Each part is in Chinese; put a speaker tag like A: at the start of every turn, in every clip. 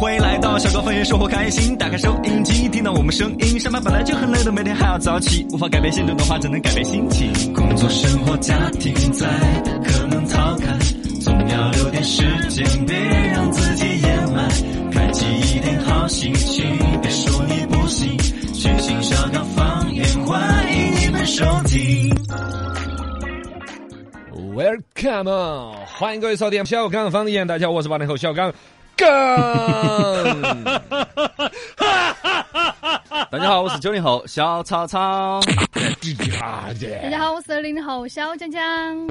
A: 我小高方言生活开心，打开收音机，听到我们声音。上班本来就很累的，每天还要早起，无法改变现状的话，只能改变心情。工作、生活、家庭在，可能逃开，总要留点时间，别让自己掩埋。开启一点好心情，别说你不行，全新小高方言，欢迎你们收听。
B: Welcome，on，欢迎各位收听小刚方言。大家好，我是八零后小 刚。刚，
A: 大家好，我是九零后小曹操。
C: 大家好，我是零零后小江江。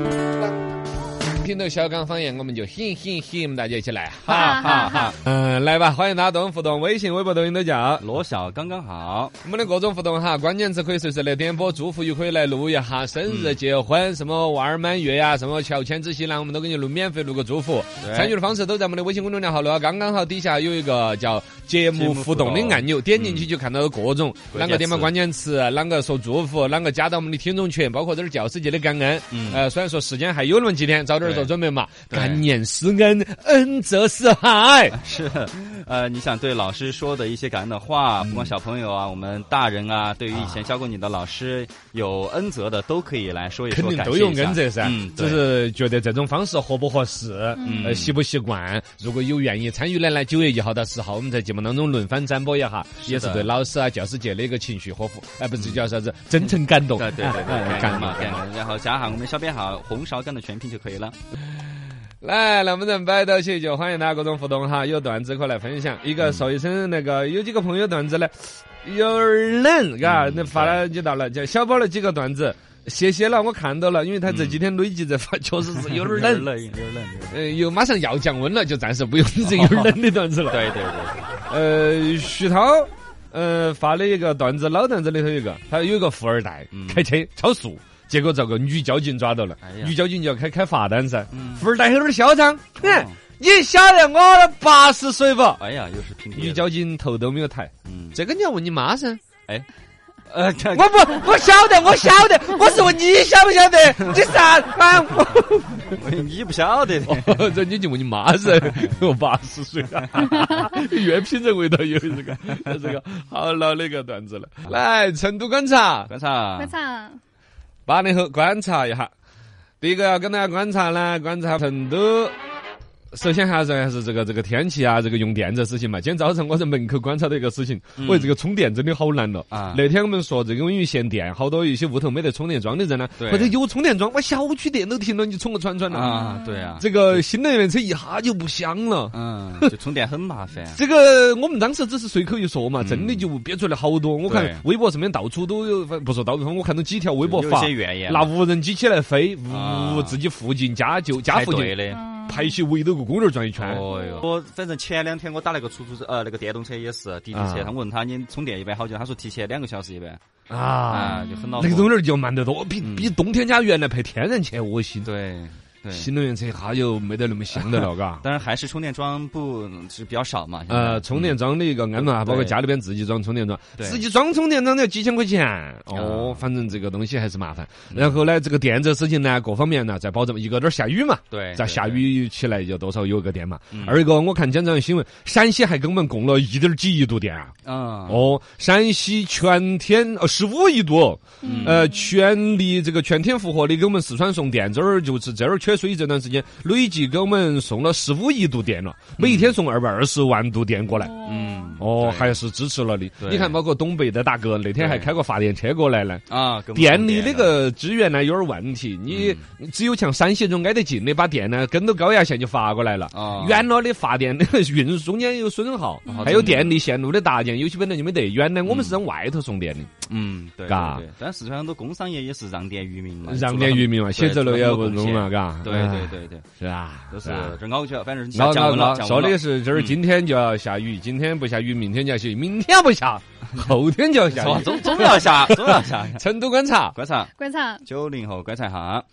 B: 听到小刚方言，我们就嘿嘿嘿，我们大家一起来，哈哈哈！嗯，来吧，欢迎大家多人互动，微信、微博、抖音都叫。
A: 罗小刚刚好，
B: 我们的各种互动哈，关键词可以随时来点播，祝福也可以来录一下，生日、结
A: 嗯
B: 婚，什么娃儿满月呀、什么乔迁之喜啦，我们都给你录，免费录个祝福。
A: 对
B: 参与的方式都在我们的微信公众号“罗小刚刚好”底下有一个叫节
A: 节目
B: 目
A: 互
B: 互动
A: 动
B: 的按钮，点进去就看到各种
A: 嗯关键
B: 啷个点嘛
A: 词
B: 关键词，啷个说祝福，啷个加到我们的听众群，包括这儿教师节的感恩。
A: 嗯
B: 呃，虽然说时间还有那么几天，早点做
A: 对
B: 准备嘛。
A: 对
B: 感念师恩，恩泽是海。
A: 是，呃，你想对老师说的一些感恩的话，不光小朋友啊，我们大人啊，对于以前教过你的老师有恩泽的，都可以来说一说，
B: 肯定
A: 感
B: 都
A: 谢
B: 有
A: 一下
B: 恩泽噻
A: 嗯，，
B: 只
A: 对
B: 是觉得这种方式合不合适，
C: 嗯
B: 呃，习不习惯。如果有愿意参与的呢，九月一号到十号，我们在节目当中轮番展播一下，
A: 是的嗯
B: 也是对老师啊、教师节的一个情绪呵护，哎，不是叫啥子真诚感动，
A: 对对 对
B: 哎
A: 对，
B: 感
A: 恩
B: 动
A: 嘛感
B: 感动。
A: 恩。然后加上我们小编号红烧干的全拼就可以了。
B: 来，能不能摆到起就欢迎大家各种互动哈，有段子可以来分享。一
A: 嗯
B: 个说一声那个，有几个朋友段子呢，有点冷，嘎，
A: 嗯
B: 那发了就到了，叫小宝了几个段子。谢谢了，我看到了，因为他这几天累积在发，确实是有点冷。
A: 冷，嗯有点冷。
B: 呃，又马上要降温了，就暂时不用这个冷的段子了。
A: 对对对，
B: 呃，徐涛，呃，发了一个段子，老段子里头有一个，他有一个富二代
A: 嗯
B: 开车超速，结果遭个女交警抓到了
A: 哎，呀
B: 女交警就要开开罚单噻
A: 嗯。
B: 富二代有点嚣张，哼
A: 哦，
B: 你晓得我八十岁不？
A: 哎呀，又是拼
B: 女
A: 贴的。
B: 交警头都没有抬，
A: 嗯，
B: 这个你要问你妈噻。
A: 哎，呃，这
B: 我不，我晓得，我晓得，我是问你晓 不晓得？你啥啊？我
A: 你不晓得 的。
B: 这你就问你 妈噻，我八十岁了， 越品这味道有这个有这个好老的一个段子了。来，成都观察，
A: 观察
B: 哦
C: 观，察，
B: 八零后观察一下。第一个要跟大家观察呢，观察成都。首先还是还是这个这个天气啊，这个用电这事情嘛。今天早上我在门口观察到一个事情，喂，这个充电真的好难了
A: 嗯
B: 哦
A: 啊
B: 那天我们说这个因为限电，好多一些屋头没得充电桩的人呢，啊
A: 对
B: 或者有充电桩，我小区电都停了，你充个串串呢？
A: 啊，对啊，
B: 这个新能源车一下就不香了。
A: 嗯，就充电很麻烦。
B: 这个我们当时只是随口一说嘛，
A: 嗯
B: 真的就憋出来好多。我看
A: 对
B: 微博上面到处都有，不说到处，我看到几条微博
A: 有一
B: 发
A: 些怨言
B: 拿无人机起来飞，
A: 啊
B: 呜，自己附近家就家
A: 排
B: 附
A: 队
B: 近
A: 的。
C: 嗯，
B: 排起围着个公园转一圈。
A: 哦哟，我反正前两天我打那个出租车，呃，那个电动车也是滴滴车，
B: 啊
A: 他问他你充电一般好久，他说提前两个小时一般，
B: 啊，
A: 啊，就很恼
B: 那个
A: 火。
B: 公园就慢得多，比
A: 嗯
B: 比冬天家原来配天然气恶心。
A: 对对，
B: 新能源车哈就没得那么香的 了，嘎。
A: 当然还是充电桩不嗯是比较少嘛。现在
B: 呃，充电桩的一个安排，包括
A: 对
B: 家里边自己装充电桩，
A: 嗯对啊
B: 自己装充电桩都要几千块钱。哦，反正这个东西还是麻烦。然后呢，这个电这事情呢，各方面呢，再保证一个点儿下雨嘛，
A: 哎对，
B: 再下
A: 对，
B: 雨起来就多少有个电嘛
A: 嗯。
B: 二一个，我看今天早上新闻，陕西还给我们供了一点几亿度电啊！
A: 对嗯，
B: 哦，陕西全天呃十五亿度，
C: 嗯
B: 呃，全力这个全天负荷的给我们四川送电，这儿就是这儿缺水这段时间，累计给我们送了十五亿度电了，每一天送二百二十万度电过来。
C: 嗯，
A: 嗯，
B: 哦，
A: 对
B: 还是支持了的。
A: 对
B: 你看，包括东北的大哥那天还
A: 对
B: 开个发电车过来呢。
A: 啊，给我们
B: 电
A: 充
B: 力
A: 的
B: 那个资源呢有点问题，你
A: 嗯
B: 你只有像陕西这种挨得近的，把电呢跟到高压线就发过来了。
A: 啊，
B: 远了的发电那个运输中间有损耗，
A: 哦
B: 还有电力线路的搭建，有些本来就没得。原来我们是往外头送电的，
A: 嗯，对，
B: 嘎
A: 对对但四川很多工商业也是让点渔民嘛，
B: 让点渔民嘛，
A: 嗯做
B: 写
A: 了
B: 字楼也不
A: 很多贡
B: 弄嘛，
A: 献
B: 嘎。
A: 对
B: 哎
A: 对，对对，
B: 是啊，
A: 都是
B: 啊
A: 这熬过去了，反正
B: 老
A: 降
B: 老
A: 温了，
B: 老
A: 降
B: 说
A: 温
B: 的
A: 了。嗯
B: 是这儿今天就要下雨，今天不下雨，明天就要下雨，明天不下，后天就要下
A: 说
B: 雨。
A: 总总要下，总要下。
B: 成都观察，
A: 观察
C: 观察，
A: 九零后观察哈，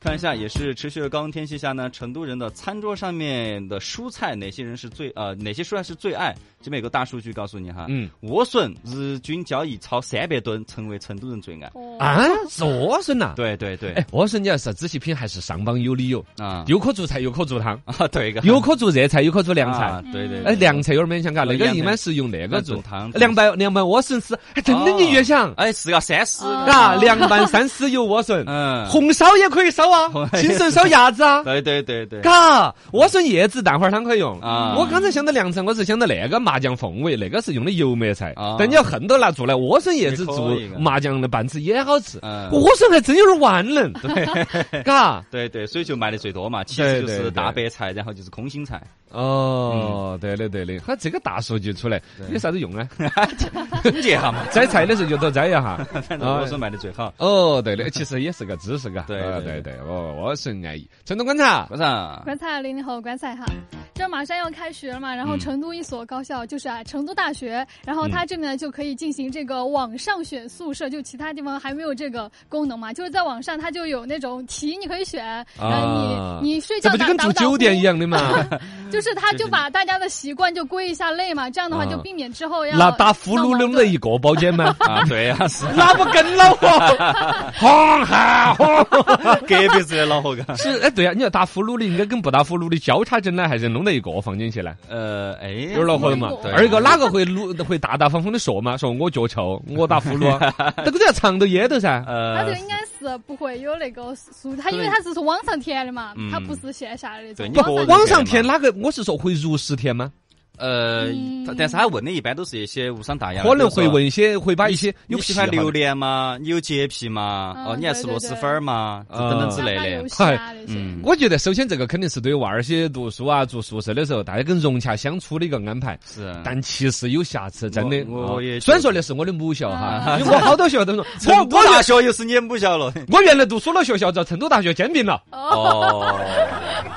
A: 看一下，也是持续了高温天气下呢，成都人的餐桌上面的蔬菜，哪些人是最呃，哪些蔬菜是最爱？这边有个大数据告诉你哈，
B: 嗯，
A: 莴笋日均交易超三百吨，成为成都人最爱。
C: 哦
B: 啊，是莴笋呐？
A: 对对对
B: 哎，，莴笋你要是仔细品，还是上榜有理由。
A: 啊
B: 又可做菜，又可做 汤，
A: 啊， 对个
B: 又可做热菜，又可做凉
A: 啊
B: 菜。
A: 对对，对
B: 哎，凉菜有点勉强，嘎，那
A: 对
B: 个
A: 凉
B: 一
A: 菜
B: 般是用那个做
A: 做汤
B: 凉拌凉拌莴笋丝，还真的你越想，
A: 哎是个三十，
C: 哦
B: 嘎，凉拌三丝油 莴笋，
A: 嗯，
B: 红烧也可以烧 啊，
A: 也
B: 清炖烧鸭子啊。
A: 对对对对，
B: 嘎，莴笋叶子蛋花汤可以用
A: 啊
B: 我刚才想到凉菜，我是想到那个麻酱凤尾，那个是用的油麦菜
A: 啊。
B: 但你要横着拿做来，莴笋叶子做
A: 也可以啊
B: 麻酱的拌吃也好吃。
A: 嗯
B: 莴笋还真有点万能， 嘎。
A: 对对，所以就卖的最多嘛，其实就
B: 对
A: 是
B: 对
A: 大白菜，然后就是空心 菜，
B: 哦，对的对的，它这个大数据出来有啥子用呢？
A: 总结一下嘛，
B: 摘菜的时候就多摘一下。
A: 反
B: 哎
A: 正莴笋卖的最好。
B: 哦，对 的，其实也是个知识，嘎。
A: 对
B: 啊
A: 对
B: 对对，哦，我是安逸。成都观察，
A: 晚上
C: 观察零零后，观察哈，这马上要开学了嘛，然后
B: 嗯
C: 成都一所高校就是啊，成都大学，然后它这个呢就可以进行这个网上选宿舍，就其他地方还没有这个功能嘛，就是在网上它就有那种题你可以选，
B: 啊
C: 呃，你你睡
B: 这
C: 觉
B: 不就跟
C: 打
B: 住酒店一，样的嘛？
C: 打呼就是它就把大家的习惯就归一下类嘛，这样的话
B: 啊
C: 就避免之后要
B: 那打呼噜
C: 弄
B: 弄得一个包间 吗？
A: 啊，对呀，是
B: 那不更恼火？ 晃哈晃！
A: 隔壁是的恼火个。
B: 是哎，对呀、你要打呼噜的，应该跟不打呼噜的交叉整呢，还是弄到一个房间去呢？
A: 呃，哎，
B: 有点恼火的嘛。
A: 对
B: 二一个哪个会撸会大大方方的说嘛？说我脚臭，我打呼噜 啊，那个都要藏到掖头噻。
C: 它
A: 呃
C: 就，应该是不会有那个数，它因为
A: 对
C: 它只是网上填的嘛
A: 嗯，
C: 它不是线下的那
A: 对
C: 种
A: 你。
C: 网
A: 不
C: 上
B: 网上填哪个？我是说会如实填吗？
A: 呃，他但是他问的一般都是一些无伤大雅的，
B: 可能会
A: 比如说。
B: 问一些，会把一些有
A: 你喜
B: 癖
A: 欢
B: 好的
A: 榴。莲吗？你有洁癖吗？
C: 嗯
A: 哦，你爱吃
C: 对对
A: 螺蛳粉儿吗？
B: 对
A: 等等之类
C: 打打游
A: 的。
C: 戏啊呃那些。
A: 嗯，
B: 我觉得首先这个肯定是对娃儿些读书啊、住宿舍的时候，大家跟融洽相处的一个安排。
A: 是。啊
B: 但其实有瑕疵，真的。
A: 嗯我我也觉
B: 啊
A: 得
B: 虽然说那是我的母校哈，
C: 啊
B: 因为我好多学校都说，我
A: 成都
B: 我
A: 大
B: 原
A: 学又是你们母校了。
B: 我原来读书的学校叫成都大学兼并了，
A: 哦，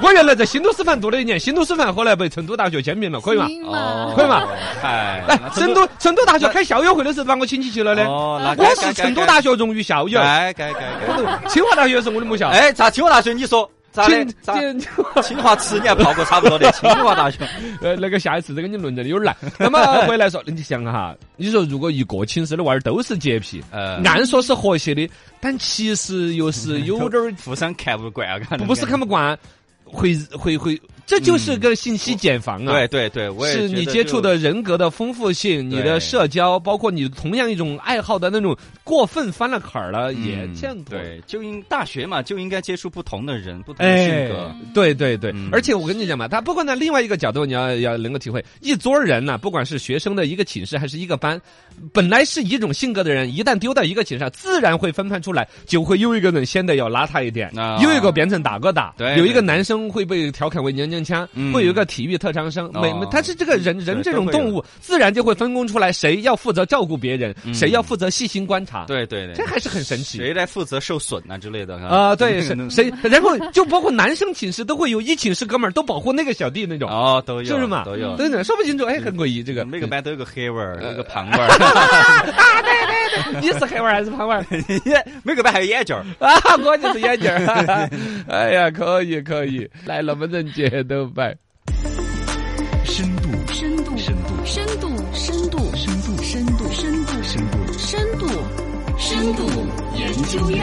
B: 我原来在新都师范读了一年，新都师范后来被成都大学兼并了，可以吗？
C: 行
A: 哦
C: 嘛，
B: 可以吗？
A: 哎，
B: 哎，成都成都大学开校友会的时候把我请起去了的，
A: 哦，那
B: 我是成都大学荣誉校友，
A: 改改改改。
B: 清华大学是我的母校。
A: 哎，咋清华大学？你说咋的
B: 清？
A: 咋？
B: 清
A: 清华吃你还泡过差不多 的，清华大学。
B: 呃，那个下一次再跟你论证的有点难。那么回来说，你想哈，你说如果一个寝室的娃儿都是洁癖，
A: 呃，
B: 按说是和谐的，但其实又是有点儿
A: 互相看不惯啊，感觉
B: 不是看不惯，会会会，这就是个信息茧房啊。
A: 对对嗯对，我也
B: 是
A: 觉
B: 你
A: 得
B: 接
A: 就
B: 触的人格的丰富性，你
A: 对
B: 的社交，包括你同样一种爱好的那种过分翻了坎儿了，也
A: 嗯
B: 见多。
A: 对，就应大学嘛，就应该接触不同的人，不同的性
B: 哎
A: 格。，
B: 对对对
A: 嗯，
B: 而且我跟你讲嘛，他不管呢，另外一个角度，你要要能够体会，一桌人呢，不管是学生的一个寝室还是一个班，本来是一种性格的人，一旦丢到一个寝室，自然会分判出来，就会有一个人显得要邋遢一点
A: 啊，
B: 有一个变成大哥大
A: 对，
B: 有一
A: 对
B: 个男生会被调侃为娘娘腔
A: 嗯，
B: 会有一个体育特长生，每
A: 哦
B: 他是这个人人
A: 对
B: 这
A: 都
B: 种
A: 会
B: 动
A: 有
B: 物，自然就会分工出来，谁要负责照顾别人，
A: 嗯
B: 谁要负责细心观察，
A: 对对
B: 这
A: 对，
B: 还是很神奇。
A: 谁来负责受损啊之类的
B: 啊、对，
A: 是
B: 谁谁，然后就包括男生寝室都会有一寝室哥们儿都保护那个小弟那种，
A: 哦都有，
B: 是不是嘛？
A: 都有。
B: 对的，说不清楚，哎，很诡异。这个呃
A: 每个班都有个黑娃儿，有个胖 娃儿，
B: 你是黑娃儿还是胖 娃儿
A: 每个班还有眼镜儿。
B: 啊？我就是眼镜儿。哎呀，可以可以，来了，我们人节都拜。
A: 深度，
D: 深度，
A: 深度，
D: 深度，深度，深度，深度，深度，
A: 深度。
D: 深度，深度研究院。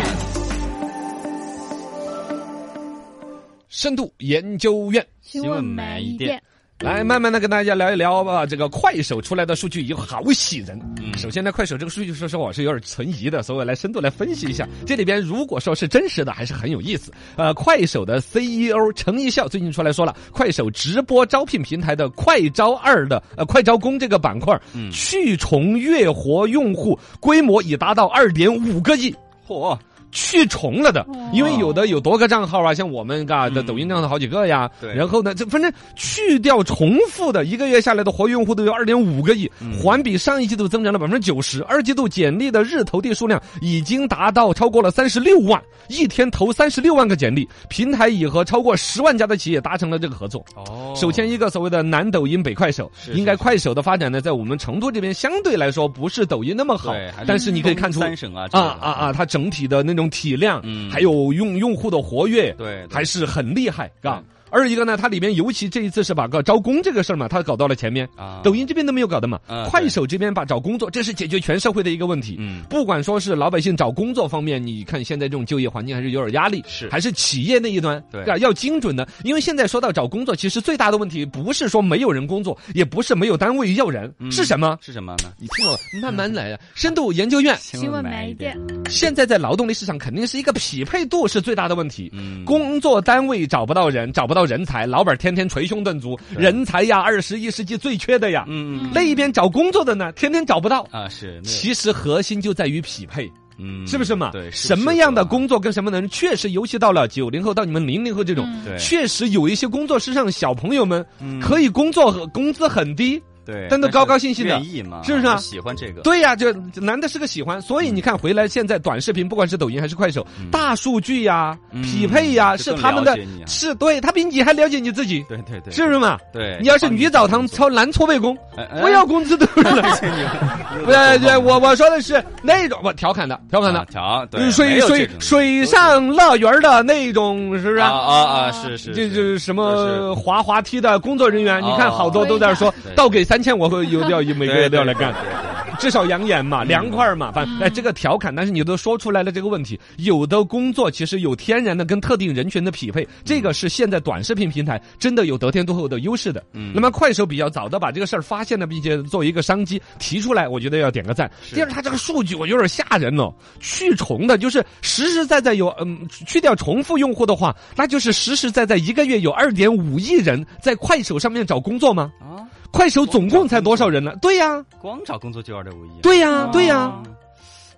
B: 深度研究院。
C: 询
A: 问
C: 问
A: 买
C: 买
A: 一
C: 一
A: 店
C: 店。
B: 来，慢慢的跟大家聊一聊吧。这个快手出来的数据以后好喜人。首先呢，快手这个数据，说实话我是有点存疑的，所以我来深度来分析一下。这里边如果说是真实的，还是很有意思。呃，快手的 CEO 程一笑最近出来说了，快手直播招聘平台的“快招二”的呃“快招工”这个板块儿，
A: 嗯
B: 去重月活用户规模已达到二点五个亿。
A: 嚯，
B: 去重了的
C: 哦，
B: 因为有的有多个账号啊，像我们嘎的
A: 嗯
B: 抖音账号好几个呀。
A: 对
B: 然后呢，这反正去掉重复的，一个月下来的活跃用户都有二点五个亿，
A: 嗯
B: 环比上一季度增长了百分之九十。二季度简历的日投递数量已经达到超过了三十六万，一天投三十六万个简历。平台已和超过十万家的企业达成了这个合作。
A: 哦
B: 首先，一个所谓的南抖音北快手
A: 是，
B: 应
A: 是
B: 该
A: 是
B: 快手的发展呢，在我们成都这边相对来说不是抖音那么好
A: 对还是，
B: 但是你可以
A: 东
B: 看出
A: 三省啊
B: 啊啊啊，！它整体的那种体量，
A: 嗯
B: 还有用用户的活跃，
A: 对对
B: 还是很厉害，嘎。二一个呢，它里面尤其这一次是把个招工这个事儿嘛，它搞到了前面
A: 啊
B: 抖音这边都没有搞的嘛，
A: 啊对
B: 快手这边把找工作，这是解决全社会的一个问题。
A: 嗯
B: 不管说是老百姓找工作方面，你看现在这种就业环境还是有点压力，
A: 是
B: 还是企业那一端，
A: 对
B: 吧要精准的，因为现在说到找工作，其实最大的问题不是说没有人工作，也不是没有单位要人，
A: 嗯
B: 是什么？
A: 是什么呢？
B: 你听我慢慢来啊！深度研究院
C: 新闻买一点，，
B: 现在在劳动力市场肯定是一个匹配度是最大的问题。
A: 嗯，
B: 工作单位找不到人，找不到人才，老板天天捶胸顿足，
A: 对
B: 人才呀，二十一世纪最缺的呀。
A: 嗯
B: 那一边找工作的呢，天天找不到。
A: 啊是，那
B: 其实核心就在于匹配，
A: 嗯
B: 是不是嘛？
A: 对，
B: 什么样的
A: 工
B: 工作跟什么的人，确实，尤其到了九零后到你们零零后这种，
C: 嗯
A: 对
B: 确实有一些工作室上小朋友们
A: 嗯
B: 可以工作，工资很低。
A: 对，
B: 但都
A: 是
B: 高高兴兴的
A: 愿意嘛，
B: 是不是啊
A: 我喜欢这个，
B: 对呀、就就难的是个喜欢，所以你看回来现在短视频，不管是抖音还是快手，大数据呀、
A: 嗯
B: 匹配呀，
A: 就是更
B: 他们
A: 了
B: 的
A: 解你啊，
B: 是对他比你还了解你自己，
A: 对对对，
B: 是不是嘛？
A: 对，
B: 你要是女澡堂操男搓背功，
A: 哎，哎
B: 我要工资都是来。 哎对对，我我说的是那种我调侃的，调侃
A: 啊
B: 的，
A: 调对
B: 嗯，水
A: 没有这
B: 水
A: 种
B: 水上乐园的那种，是不是
A: 啊
B: 啊？
A: 啊啊是是，
B: 这就是
A: 就是
B: 什么滑滑梯的工作人员，你看
A: 哦
B: 好多都在说
A: 对，
B: 倒给三千，我会有要每个月
A: 对
B: 都要来
A: 对
B: 干，
A: 对对
B: 至少养眼嘛，凉快嘛，反
A: 嗯
B: 正哎这个调侃，但是你都说出来了这个问题，有的工作其实有天然的跟特定人群的匹配，这个是现在短视频平台真的有得天独厚的优势的。
A: 嗯
B: 那么快手比较早的把这个事儿发现了，并且作为一个商机提出来，我觉得要点个赞。
A: 是
B: 第二，它这个数据我有点吓人哦，去重的就是实实在在有，嗯，去掉重复用户的话，那就是实实在在一个月有二点五亿人在快手上面找工作吗？
A: 啊，
B: 快手总共才多少人呢？对呀、
A: 光找工作就二点五亿，
B: 对呀、对呀、
A: 啊，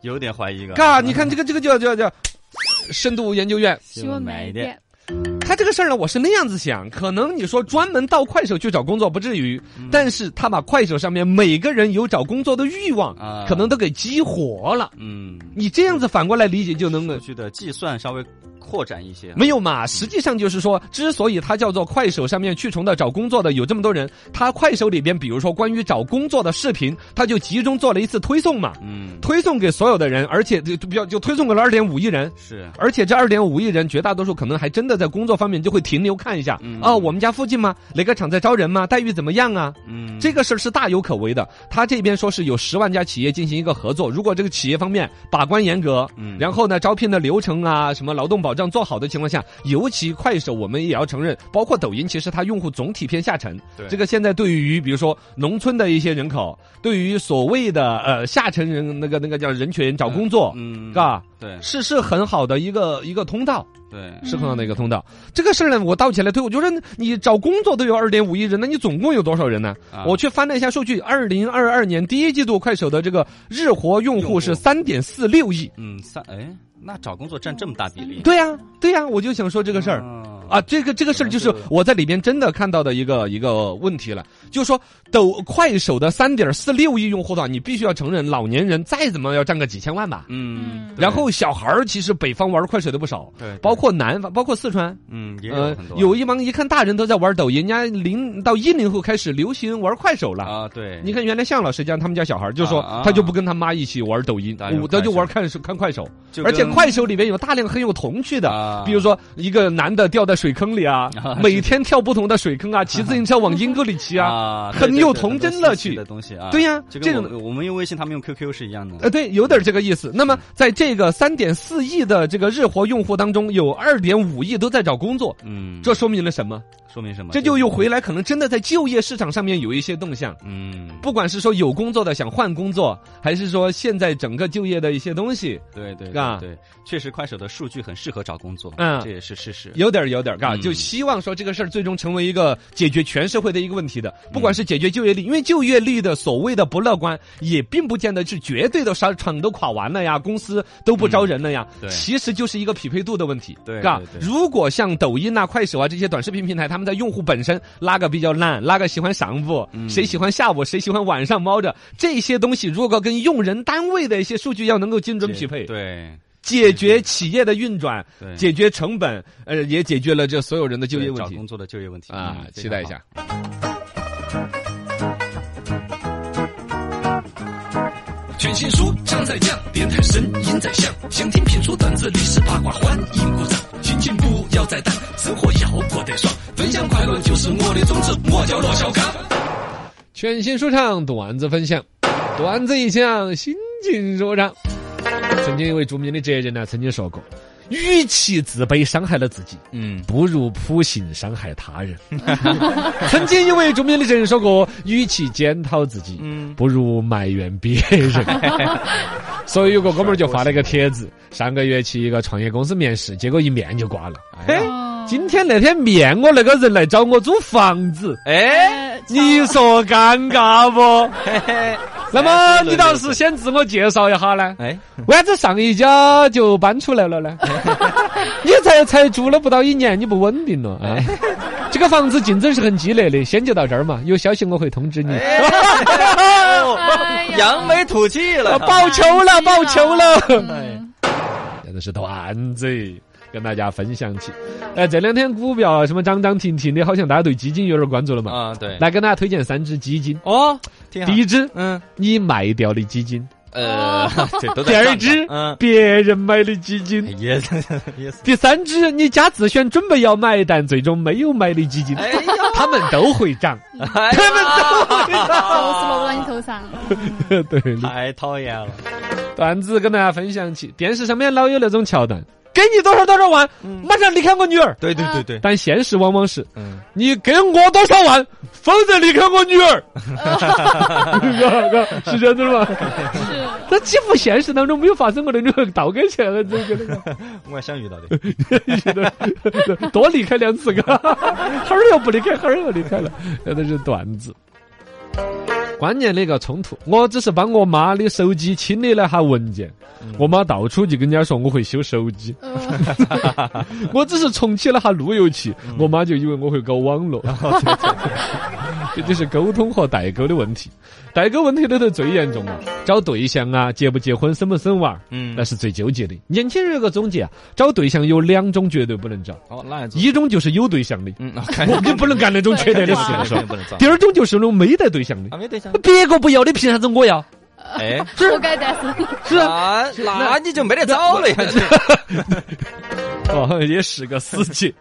A: 有点怀疑个，
B: 嘎，你看这个这个叫叫叫深度研究院，
C: 新闻买一点，
B: 他这个事儿呢，我是那样子想，可能你说专门到快手去找工作不至于，
A: 嗯
B: 但是他把快手上面每个人有找工作的欲望
A: 啊，
B: 可能都给激活了。
A: 嗯，
B: 你这样子反过来理解就能够
A: 数。据的计算稍微扩展一些，
B: 没有嘛，实际上就是说，之所以它叫做快手上面去重的找工作的有这么多人，它快手里边，比如说关于找工作的视频，它就集中做了一次推送嘛，
A: 嗯
B: 推送给所有的人，而且就就比较就推送给了二点五亿人，
A: 是，
B: 而且这二点五亿人，绝大多数可能还真的在工作方面就会停留看一下，
A: 嗯
B: 哦，我们家附近吗？哪个厂在招人吗？待遇怎么样啊？
A: 嗯
B: 这个事儿是大有可为的。他这边说是有十万家企业进行一个合作，如果这个企业方面把关严格，
A: 嗯
B: 然后呢，招聘的流程啊，什么劳动保障做好的情况下，尤其快手，我们也要承认，包括抖音，其实它用户总体偏下沉。
A: 对
B: 这个现在对于比如说农村的一些人口，对于所谓的呃下层人那个那个叫人群找工作，
A: 嗯，
B: 嘎、
A: 对
B: 是是很好的一个一个通道，
A: 对，
B: 是很好的一个通道。这个事儿呢，我倒起来推，我觉得你找工作都有二点五亿人，那你总共有多少人呢？
A: 啊
B: 我去翻了一下数据，二零二二年第一季度快手的这个日活用户是
A: 用
B: 三点四六亿。
A: 嗯三哎，那找工作占这么大比例，
B: 对呀、对呀、我就想说这个事儿。
A: 嗯
B: 啊，这个这个事儿就是
A: 可能是
B: 我在里面真的看到的一个一个问题了，就是说抖快手的三点四六亿用户的话，你必须要承认，老年人再怎么要占个几千万吧。
A: 嗯，对
B: 然后小孩儿其实北方玩快手的不少，
A: 对，对
B: 包括南方，包括四川，
A: 嗯也有
B: 呃
A: 很，多
B: 有一帮一看大人都在玩抖音，人家零到一零后开始流行玩快手了。
A: 啊对，
B: 你看原来向老师家他们家小孩儿就说
A: 啊啊，
B: 他就不跟他妈一起玩抖音
A: 大家，玩
B: 我他就
A: 快手
B: 玩看手看快手，
A: 就
B: 而且
A: 跟
B: 快手里面有大量很有童趣的，
A: 啊
B: 比如说一个男的掉在水坑里啊，
A: 啊
B: 每天跳不同的水 坑啊，骑自行车往阴沟里骑啊，
A: 啊，
B: 很
A: 对对
B: 有
A: 对
B: 童
A: 很多
B: 真
A: 新
B: 乐
A: 奇
B: 趣
A: 的东西啊，
B: 对呀
A: 就
B: 这
A: 跟
B: 种
A: 我们我们用微信，他们用 QQ 是一样的
B: 呃，，对，有点这个意思。那么，
A: 嗯
B: 在这个三点四亿的这个日活用户当中，有二点五亿都在找工作，
A: 嗯，
B: 这说明了什么？
A: 说明什么？
B: 这就又回来，可能真的在就业市场上面有一些动向。
A: 嗯，
B: 不管是说有工作的想换工作，还是说现在整个就业的一些东西，
A: 对对
B: 嘎
A: 对对，确实快手的数据很适合找工作，
B: 啊嗯
A: 这也是事实。
B: 有点儿有点儿嘎，
A: 嗯
B: 就希望说这个事儿最终成为一个解决全社会的一个问题的，
A: 嗯
B: 不管是解决就业率，因为就业率的所谓的不乐观，也并不见得是绝对的商场都垮完了呀，公司都不招人了呀，
A: 嗯对
B: 其实就是一个匹配度的问题，
A: 对
B: 嘎
A: 对。对
B: 如果像抖音啊、快手啊这些短视频平台，他们在用户本身拉个比较烂，拉个喜欢上午，
A: 嗯
B: 谁喜欢下午，谁喜欢晚上猫着这些东西，如果跟用人单位的一些数据要能够精准匹配，
A: 对，
B: 解决企业的运转
A: 对，
B: 解决成本，呃，也解决了这所有人的就业
A: 对
B: 问
A: 找
B: 题
A: 工作的就业问题
B: 啊
A: 嗯，
B: 期待一下。。
A: 非卷心书，唱在酱，电台声音在响，想听评书段子历史八卦，欢迎鼓掌。心情不要再淡，生活要过得爽，分享快乐就是我的宗旨，我叫罗小刚。
B: 全新说唱段子分享，段子一响，心情说唱。曾经一位著名的哲人呢，曾经说过：“与其自卑伤害了自己，
A: 嗯，
B: 不如普信伤害他人。” 曾经一位著名的哲人说过：“与其检讨自己，
A: 嗯
B: 不如埋怨别人。”所以有个哥们儿就发了个帖子，上个月去一个创业公司面试，结果一面就挂了。哎，
C: 嗯
B: 今天那天面我那个人来找我租房子，
A: 哎，
C: 呃
B: 你说尴尬不？那么你倒是先自我介绍一下呢？
A: 哎，
B: 为啥子上一家就搬出 来了呢？你才才住了不到一年，你不稳定了啊！这个房子竞争是很激烈的，先就到这儿嘛。有消息我会通知你。
C: 哎呀哎
A: 扬眉吐气了，
B: 报仇了，报仇
C: 嗯
B: 了！
A: 哎
B: 真的是段子，跟大家分享起。哎，这两天股票啊什么涨涨停停的，好像大家对基金有点关注了嘛。
A: 啊，对，
B: 来跟大家推荐三只基金。
A: 哦，挺好
B: 第一只，
A: 嗯，
B: 你卖掉的基金；
A: 呃，这都
B: 第
A: 在
B: 二
A: 上
B: 只
A: 涨嗯，，
B: 别人买的基金。
A: 哎 也也
B: 第三只，你加自选准备要买，但最终没有买的基金，
A: 哎呀
B: 他们都会涨。
A: 哎
C: 哎愁死了，我到你头上。
B: 对，
A: 太讨厌了，
B: 段子跟大家分享起，电视上面老有那种桥段，给你多少多少万，马上离开我女儿。
A: 对对对对，
B: 但现实往往是，
A: 嗯，
B: 你给我多少万，否则离开我女儿。 是吧是这样子的吗？
C: 是，
B: 那几乎现实当中没有发生过那种倒给钱了，这个那
A: 我还想遇到的，
B: 个， 多离开两次个，哈儿又不离开，哈儿又离开了，那都是段子。关键的一个冲突，我只是帮我妈的手机清理了下文件，我妈到处就跟人家说我会修手机。
C: 呃，
B: 我只是重启了下路由器，我妈就以为我会搞网络。 这就是沟通和代沟的问题，代沟问题里头最严重了。找对象啊，结不结婚，生不生娃儿，
A: 嗯
B: 那，是最纠结的。年轻人有个总结啊，找对象有两种绝对不能找，
A: 好，那哦一，
B: 一种就是有对象的，
A: 嗯，
B: 我你不能干那种缺德的
C: 这
B: 事
C: 是
B: 情，是吧？
A: 不能找，
B: 第二种就是那种没带对象的
A: 啊，，没对象
B: 那，别个不要的，凭啥子我要？
A: 哎，
C: 活该单身。
B: 是啊，
A: 那那你就没得找了呀。
B: 哦，也是个死结。